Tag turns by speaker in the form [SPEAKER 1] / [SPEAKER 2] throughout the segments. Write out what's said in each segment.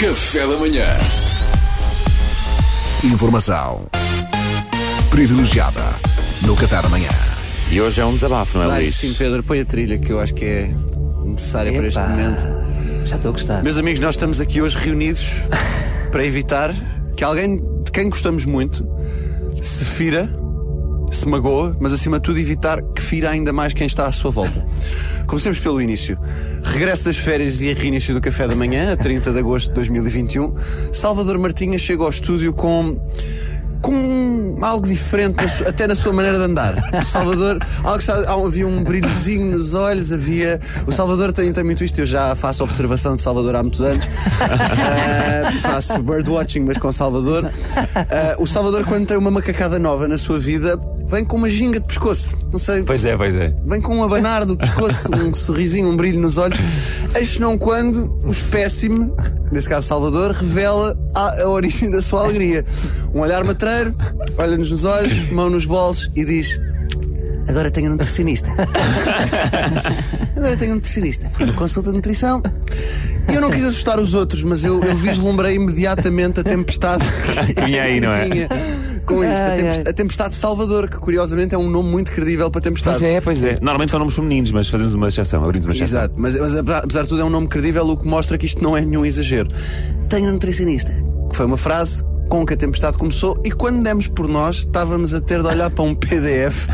[SPEAKER 1] Café da Manhã. Informação privilegiada no Café da Manhã.
[SPEAKER 2] E hoje é um desabafo, não é,
[SPEAKER 3] Dai,
[SPEAKER 2] Luís?
[SPEAKER 3] sim, Pedro, põe a trilha que eu acho que é necessária para este
[SPEAKER 4] Epá,
[SPEAKER 3] momento.
[SPEAKER 4] Já estou a gostar.
[SPEAKER 3] Meus amigos, nós estamos aqui hoje reunidos para evitar que alguém de quem gostamos muito se fira, se magoa, mas acima de tudo evitar que fira ainda mais quem está à sua volta. Comecemos pelo início. Regresso das férias e reinício do café da manhã, a 30 de agosto de 2021. Salvador Martinha chega ao estúdio com. Com algo diferente, na su- até na sua maneira de andar. O Salvador, algo, que está- havia um brilhozinho nos olhos, havia. O Salvador tem, tem muito isto, eu já faço observação de Salvador há muitos anos. Ah, faço birdwatching, mas com Salvador. Ah, o Salvador, quando tem uma macacada nova na sua vida, vem com uma ginga de pescoço. Não sei,
[SPEAKER 2] Pois é, pois é.
[SPEAKER 3] vem com um abanar do pescoço, um sorrisinho, um brilho nos olhos. Eis não quando o espécime, neste caso Salvador, revela a, a origem da sua alegria. Um olhar matreiro, olha-nos nos olhos, mão nos bolsos e diz: Agora tenho um nutricionista. Agora tenho um nutricionista. Fui uma consulta de nutrição. Eu não quis assustar os outros, mas eu, eu vislumbrei imediatamente a tempestade que
[SPEAKER 2] Vinha aí, não é?
[SPEAKER 3] vinha Com isto, a
[SPEAKER 4] Ai,
[SPEAKER 3] tempest-
[SPEAKER 4] ai.
[SPEAKER 3] a Tempestade de Salvador, que curiosamente é um nome muito credível para tempestade.
[SPEAKER 2] Pois é, pois é. Normalmente são nomes femininos, mas fazemos uma exceção, abrimos uma exceção.
[SPEAKER 3] Exato, mas, mas apesar, apesar de tudo é um nome credível, o que mostra que isto não é nenhum exagero. Tenho um nutricionista. Que foi uma frase com que a tempestade começou e quando demos por nós, estávamos a ter de olhar para um PDF.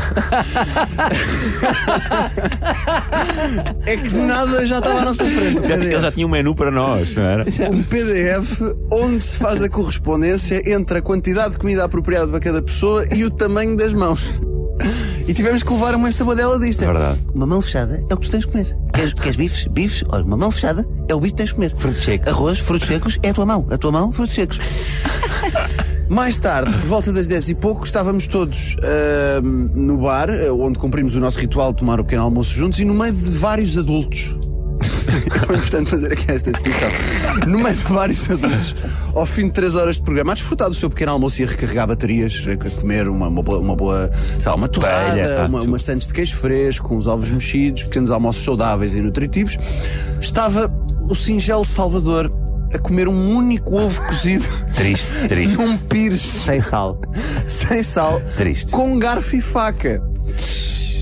[SPEAKER 3] é que do nada já estava à nossa frente. um
[SPEAKER 2] Já,
[SPEAKER 3] PDF.
[SPEAKER 2] ele já tinha um menu para nós, não era?
[SPEAKER 3] Um PDF onde se faz a correspondência entre a quantidade de comida apropriada para cada pessoa e o tamanho das mãos. E tivemos que levar uma sabadela disto.
[SPEAKER 2] É verdade.
[SPEAKER 3] Uma mão fechada é o que tu tens de comer. Queres, queres bifes? Bifes? Olha, uma mão fechada é o bife que tens de comer. Frutos secos. Arroz, frutos secos, é a tua mão. A tua mão, frutos secos. Mais tarde, por volta das 10 e pouco, estávamos todos ahm, no bar, eh, onde cumprimos o nosso ritual de tomar o pequeno almoço juntos, e no meio de vários adultos. É importante fazer aqui esta distinção. No meio de vários adultos, ao fim de 3 horas de programa, a desfrutar do seu pequeno almoço e a recarregar baterias, a comer uma, uma boa, uma, boa, sei lá, uma torrada,
[SPEAKER 2] Paella, ah,
[SPEAKER 3] uma,
[SPEAKER 2] tudo.
[SPEAKER 3] uma sandes de queijo fresco, uns ovos mexidos, pequenos almoços saudáveis e nutritivos, estava o singelo Salvador a comer um único ovo cozido
[SPEAKER 2] Triste, triste.
[SPEAKER 3] num pires
[SPEAKER 4] Sem sal.
[SPEAKER 3] sem sal,
[SPEAKER 2] Triste.
[SPEAKER 3] com garfo e faca.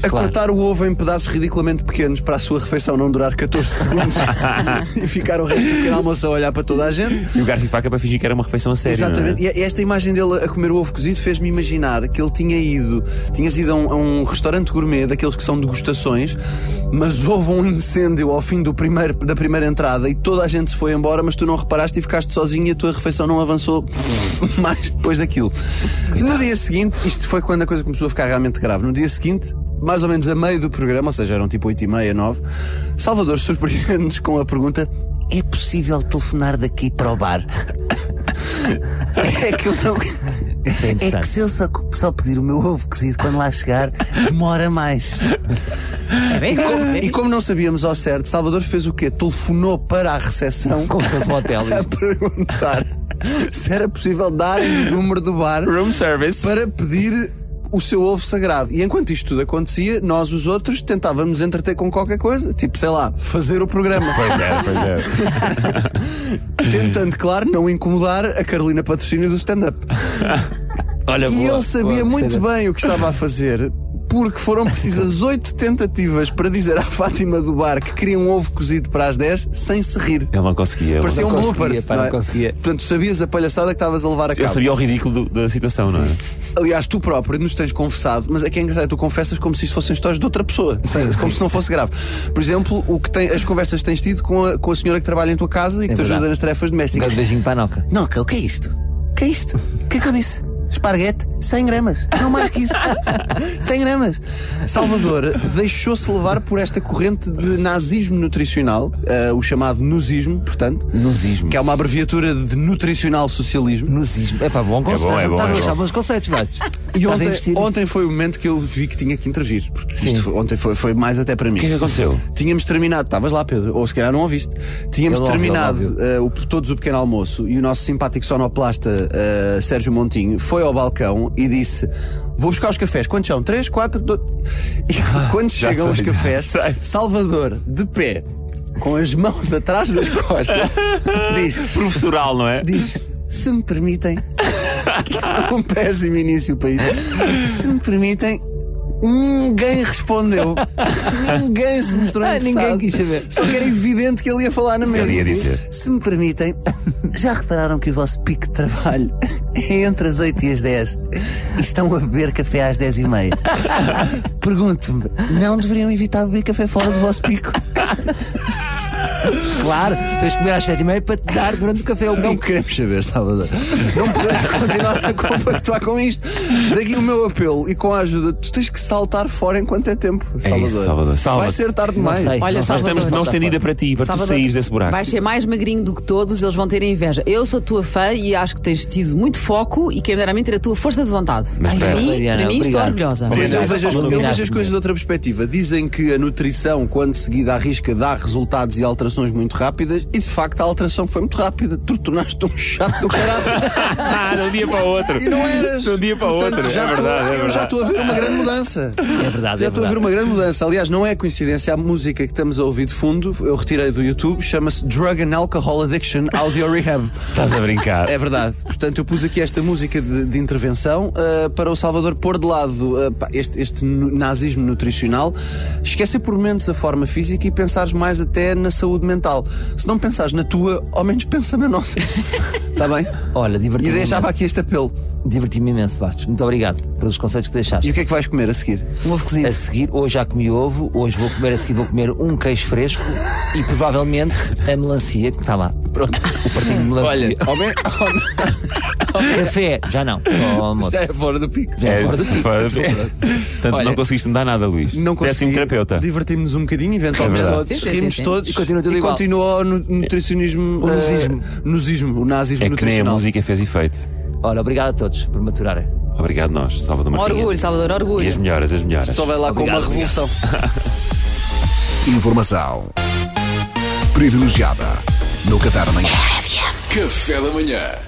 [SPEAKER 3] A
[SPEAKER 4] Claro.
[SPEAKER 3] cortar o ovo em pedaços ridiculamente pequenos para a sua refeição não durar 14 segundos e ficar o resto do pequeno almoço a olhar para toda a gente.
[SPEAKER 2] E o garfo e faca para fingir que era uma refeição a sério. não é?
[SPEAKER 3] Exatamente. E esta imagem dele a comer o ovo cozido fez-me imaginar que ele tinha ido, tinhas ido a um, a um restaurante gourmet daqueles que são degustações, mas houve um incêndio ao fim do primeiro, da primeira entrada e toda a gente se foi embora, mas tu não reparaste e ficaste sozinho e a tua refeição não avançou mais depois daquilo. No dia seguinte, isto foi quando a coisa começou a ficar realmente grave. No dia seguinte, mais ou menos a meio do programa, ou seja, eram tipo 8 e meia, 9, Salvador surpreende-nos com a pergunta: é possível telefonar daqui para o bar? É que eu não.
[SPEAKER 4] é interessante.
[SPEAKER 3] que se eu só, só pedir o meu ovo cozido quando lá chegar, demora mais.
[SPEAKER 4] É bem
[SPEAKER 3] E como, e como não sabíamos ao certo, Salvador fez o quê? Telefonou para a recepção
[SPEAKER 4] Como se fosse um hotel.
[SPEAKER 3] a
[SPEAKER 4] isto.
[SPEAKER 3] perguntar se era possível dar o número do bar
[SPEAKER 2] Room service.
[SPEAKER 3] para pedir o seu ovo sagrado. E enquanto isto tudo acontecia, nós os outros tentávamos entreter com qualquer coisa, tipo, sei lá, fazer o programa.
[SPEAKER 2] Pois é, pois é.
[SPEAKER 3] Tentando, claro, não incomodar a Carolina Patrocínio do stand-up.
[SPEAKER 2] Olha,
[SPEAKER 3] E
[SPEAKER 2] boa.
[SPEAKER 3] ele sabia
[SPEAKER 4] É boa,
[SPEAKER 3] muito
[SPEAKER 4] percebe.
[SPEAKER 3] bem o que estava a fazer. Porque foram precisas oito tentativas para dizer à Fátima do bar que queria um ovo cozido para as 10 sem se rir.
[SPEAKER 2] Ele não conseguia. Ele,
[SPEAKER 3] Parecia um
[SPEAKER 4] conseguia,
[SPEAKER 3] bloopers.
[SPEAKER 4] pá,
[SPEAKER 3] não é?
[SPEAKER 4] não conseguia.
[SPEAKER 3] Portanto, sabias a palhaçada que estavas a levar a
[SPEAKER 2] ele
[SPEAKER 3] cabo.
[SPEAKER 2] sabia o ridículo do- da situação, não é?
[SPEAKER 3] Aliás, tu próprio nos tens confessado, mas é que é engraçado, tu confessas como se isto fossem histórias de outra pessoa, como se não fosse grave. Por exemplo, o que tem, as conversas que tens tido com a, com a senhora que trabalha em tua casa e que te
[SPEAKER 4] É verdade.
[SPEAKER 3] ajuda nas tarefas domésticas.
[SPEAKER 4] Dá-lhe um beijinho para a Noca.
[SPEAKER 3] Noca, o que é isto? O que é isto? O que é que eu disse? Esparguete, 100 gramas, não mais que isso. 100 gramas. Salvador deixou-se levar por esta corrente de nazismo nutricional, eh, o chamado nuzismo, portanto,
[SPEAKER 4] Nuzismo.
[SPEAKER 3] que é uma abreviatura de nutricional socialismo.
[SPEAKER 4] Nuzismo. É pá, bom conceito.
[SPEAKER 2] bom, é bom,
[SPEAKER 4] Estás
[SPEAKER 2] é
[SPEAKER 4] a deixar
[SPEAKER 2] bom.
[SPEAKER 4] bons conceitos, mas.
[SPEAKER 3] E
[SPEAKER 4] Estás a
[SPEAKER 3] ontem,
[SPEAKER 4] investir.
[SPEAKER 3] ontem foi o momento que eu vi que tinha que intervir. Porque isto
[SPEAKER 4] Sim.
[SPEAKER 3] foi- ontem foi, foi mais até para
[SPEAKER 2] O
[SPEAKER 3] mim.
[SPEAKER 2] que é que aconteceu?
[SPEAKER 3] Tínhamos terminado, estavas lá, Pedro, ou se calhar não ouviste. Tínhamos
[SPEAKER 4] Ele ouve,
[SPEAKER 3] terminado
[SPEAKER 4] ele ouve.
[SPEAKER 3] eh, o- todos o pequeno almoço e o nosso simpático sonoplasta eh, Sérgio Montinho foi ao balcão e disse: Vou buscar os cafés. Quantos são? Três, quatro, dois. E quando
[SPEAKER 2] Ah, já
[SPEAKER 3] chegam
[SPEAKER 2] sei,
[SPEAKER 3] os
[SPEAKER 2] já
[SPEAKER 3] cafés,
[SPEAKER 2] sei.
[SPEAKER 3] Salvador, de pé. com as mãos atrás das costas, diz,
[SPEAKER 2] Professoral, não é?
[SPEAKER 3] diz, se me permitem, que foi um péssimo início para isto, se me permitem, ninguém respondeu, ninguém se mostrou
[SPEAKER 4] Ah, ninguém
[SPEAKER 3] interessado.
[SPEAKER 4] quis saber.
[SPEAKER 3] Só que era evidente que ele ia falar na mesma.
[SPEAKER 2] ia dizer.
[SPEAKER 3] Se me permitem, já repararam que o vosso pico de trabalho é entre as 8 e as 10 e estão a beber café às 10 e meia? Pergunto-me, não deveriam evitar beber café fora do vosso pico?
[SPEAKER 4] Claro, tens de comer às sete e meia para te dar durante o café o
[SPEAKER 3] Não
[SPEAKER 4] bico.
[SPEAKER 3] queremos saber, Salvador. Não podemos continuar a compactuar com isto. Daqui o meu apelo e com a ajuda, tu tens que saltar fora enquanto é tempo, Salvador.
[SPEAKER 2] isso, Salvador.
[SPEAKER 3] Vai
[SPEAKER 2] Salva-te.
[SPEAKER 3] ser tarde demais.
[SPEAKER 4] sei.
[SPEAKER 5] Olha,
[SPEAKER 2] Nós
[SPEAKER 5] Salvador,
[SPEAKER 2] temos de mão estendida para ti, para tu
[SPEAKER 5] Salvador,
[SPEAKER 2] saíres desse buraco.
[SPEAKER 5] Vais ser mais magrinho do que todos, eles vão ter inveja. Eu sou tua fã e acho que tens tido muito foco e quem me dera a mim ter a tua força de vontade.
[SPEAKER 2] Mas
[SPEAKER 5] para
[SPEAKER 2] espera.
[SPEAKER 5] mim,
[SPEAKER 4] Diana,
[SPEAKER 5] para mim estou
[SPEAKER 4] obrigado.
[SPEAKER 5] orgulhosa.
[SPEAKER 3] Mas eu
[SPEAKER 4] Obrigado.
[SPEAKER 3] vejo, as, eu
[SPEAKER 4] Obrigado.
[SPEAKER 3] vejo as coisas de outra perspectiva. Dizem que a nutrição, quando seguida à risca, dá resultados e alterações muito rápidas, e de facto a alteração foi muito rápida. Tu tornaste um chato do caralho
[SPEAKER 2] Ah, de um dia para o outro.
[SPEAKER 3] e não eras.
[SPEAKER 2] De um dia para o
[SPEAKER 3] Portanto,
[SPEAKER 2] outro.
[SPEAKER 3] já
[SPEAKER 2] é
[SPEAKER 3] estou-
[SPEAKER 2] verdade, é
[SPEAKER 3] eu já
[SPEAKER 2] verdade.
[SPEAKER 3] estou a ver uma grande mudança.
[SPEAKER 4] É verdade,
[SPEAKER 3] Já
[SPEAKER 4] é
[SPEAKER 3] estou a ver
[SPEAKER 4] verdade.
[SPEAKER 3] uma grande mudança. Aliás, não é coincidência. A música que estamos a ouvir de fundo, eu retirei do YouTube, chama-se Drug and Alcohol Addiction Audio Rehab.
[SPEAKER 2] Estás a brincar.
[SPEAKER 3] É verdade. Portanto, eu pus aqui esta música de, de intervenção ah, para o Salvador pôr de lado ah, pá, este, este nu- nazismo nutricional, esquecer por menos a forma física e pensares mais até na saúde mental. Se não pensares na tua, ao menos pensa na nossa. Está bem?
[SPEAKER 4] Olha,
[SPEAKER 3] E
[SPEAKER 4] diverti-me
[SPEAKER 3] deixava
[SPEAKER 4] imenso.
[SPEAKER 3] aqui este apelo.
[SPEAKER 4] Diverti-me imenso, Bastos. Muito obrigado pelos conselhos que deixaste.
[SPEAKER 3] E o que é que vais comer a seguir?
[SPEAKER 5] Um ovo cozido.
[SPEAKER 4] A seguir, hoje já comi ovo, hoje vou comer a seguir, vou comer um queijo fresco e provavelmente a melancia que está lá. Pronto, o partinho de melancia.
[SPEAKER 3] Olha, ao menos. ao menos-
[SPEAKER 4] Café, já não, só almoço.
[SPEAKER 3] Já é fora do pico.
[SPEAKER 4] Já é fora do pico.
[SPEAKER 2] fora do- Portanto,
[SPEAKER 3] Olha,
[SPEAKER 2] não conseguiste mudar nada, Luís.
[SPEAKER 3] Não consegui.
[SPEAKER 2] Péssimo terapeuta.
[SPEAKER 3] Divertimos um bocadinho, eventualmente.
[SPEAKER 2] É verdade.
[SPEAKER 5] Sim, sim, sim,
[SPEAKER 3] Rimos
[SPEAKER 5] sim.
[SPEAKER 3] todos.
[SPEAKER 4] E continua tudo igual.
[SPEAKER 3] continua o nu- nutricionismo.
[SPEAKER 4] O
[SPEAKER 3] eh,
[SPEAKER 4] nuzismo.
[SPEAKER 3] nuzismo, o nazismo
[SPEAKER 2] É que nem a
[SPEAKER 3] nutricional.
[SPEAKER 2] música fez efeito.
[SPEAKER 4] Olha, obrigado a todos por maturarem.
[SPEAKER 2] Obrigado, nós. Salvador Martinha.
[SPEAKER 5] Orgulho, Salvador,
[SPEAKER 2] E as
[SPEAKER 5] orgulho.
[SPEAKER 2] melhoras, as melhoras.
[SPEAKER 3] Só vai lá
[SPEAKER 4] Obrigado,
[SPEAKER 3] com uma
[SPEAKER 4] obrigado.
[SPEAKER 3] revolução.
[SPEAKER 1] Informação privilegiada no Café da Manhã.
[SPEAKER 6] Café da Manhã